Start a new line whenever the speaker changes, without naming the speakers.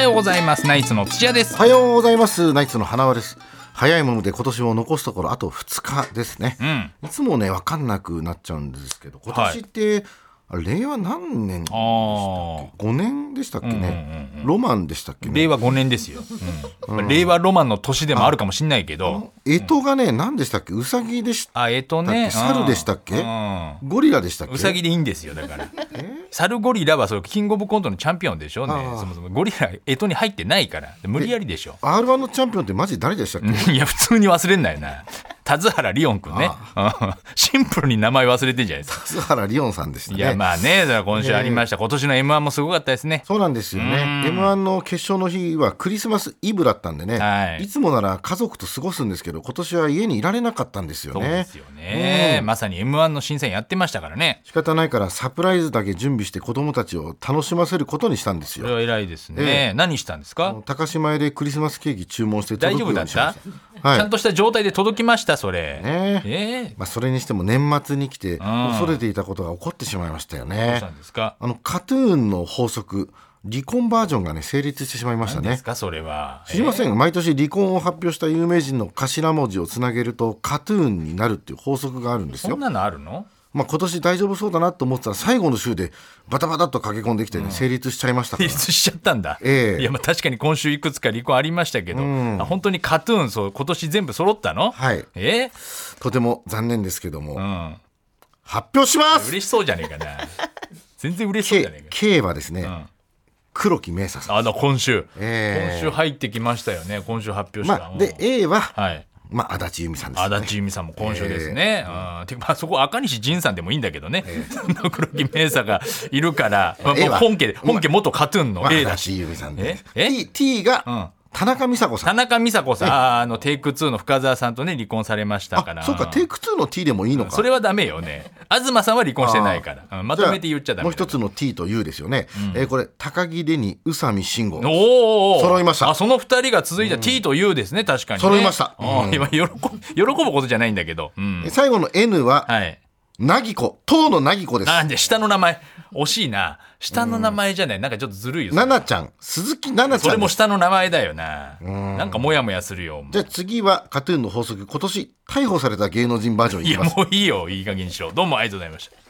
ようございますナイツの土屋です
おはようございますナイツの花輪です早いもので今年も残すところあと2日ですね、
うん
いつもね分かんなくなっちゃうんですけど今
はい
年って、あれ令和何年
あー
5年でしたっけね、ロマンでしたっけね
令和5年ですよ、うんまあ令和ロマンの年でもあるかもしれないけど
えとがね何でしたっけウサギでした
あえっとね
だ
う
って
ん
猿でしたっけ
うん
ゴリラでしたっけ
うさぎでいいんですよだからサルゴリラはそれキングオブコントのチャンピオンでしょね
ああ
そもそもゴリラ干支に入ってないから無理やりでしょ
r 1のチャンピオンってマジ誰でしたっけ、
いや普通に忘れんなよな田津原リオンくんねうんシンプルに名前忘れてんじゃないですか
須原リオンさんでした
い
ね
やまあねだから今週ありました今年の m 1もすごかったですね
そうなんですよね。
うん
M1 の決勝の日はクリスマスイブだったんでね、
はい
い、つもなら家族と過ごすんですけど、今年は家にいられなかったんですよ
そう
ね
で。すよね
うん
まさに m 1の審査員やってましたからね
仕方ないからサプライズだけ準備して子供たちを楽しませることにしたんです
それ
よ。
は偉いです
え
ね何したんですか
高島屋でクリスマスケーキ注文して
大
届
丈夫
くよう
だっ
にしま
た
し
ちゃ
は
ん
い。
とした状態で届きましたそれ
ねえ
ええ
まあそれにしても年末に来て恐れていたことが起こってしまいましたよ
どう
ね
した。んですか
あのカトゥーンの法則離婚バージョンがね成立してしまいました
何で
ね
す。かそれは
知りませんが、毎年離婚を発表した有名人の頭文字をつなげるとカトゥーンになるっていう法則があるんです
そ
よ
ん。なのあるの
まあ、今年大丈夫そうだなと思ってたら最後の週でバタバタっと駆け込んできてね、成立しちゃいましたか
成
ら。
立しちゃったんだ、
ええ
いやまあ確かに今週いくつか離婚ありましたけど、あ本当にカトゥーンそう今年全部揃ったの、
はい。
え
とても残念ですけども、
うん
発表します
嬉しそうじゃねえか な全然嬉しそうじゃね
K,
え
K はですね、
ん
黒木明さん。
かあの今週、
ええ
今週入ってきましたよね今週発表した、
ま
う
あ、
ん
で、A は、
はい
まあ、足立由美さんです、
足
ね。
立由美さんも今週ですね。うんてかまあそこ赤西仁さんでもいいんだけどね。その黒木明さんがいるから、まあ
ええわ
本家で本家元カトゥーンの
まあ
A
足
だし。
立由美さんで。
ええ
T, T が、
ん
田中美佐子さ
田
ん。
中美佐子さん、あーあのテイク2の深澤さんとね離婚されましたから。
あ、そうか、テイク2の T でもいいのか。
それはダメよね。東さんは離婚してないから。うんまとめて言っちゃダメだ。
もう一つの T と U ですよね、えーこれ高木デニ宇佐美慎吾
おーおーおー
揃いました
あその二人が続いた T と U ですね確かに、ね、
揃いました
あー
うん
今喜ぶ喜ぶことじゃないんだけど、うん
え最後の N は
はい
なぎこ当のなぎこです
あで下の名前惜しいな下の名前じゃないなんかちょっとずるいよ
ななちゃん鈴木ななち
そ
ゃ
れ
ん
も
です
下の名前だよな。なんかモヤモヤするよ。お前
じゃあ次はカトゥーンの法則今年逮捕された芸能人バージョンい
い
き
や、
ます
もういいよ。いい加減にしろ。どうもありがとうございました。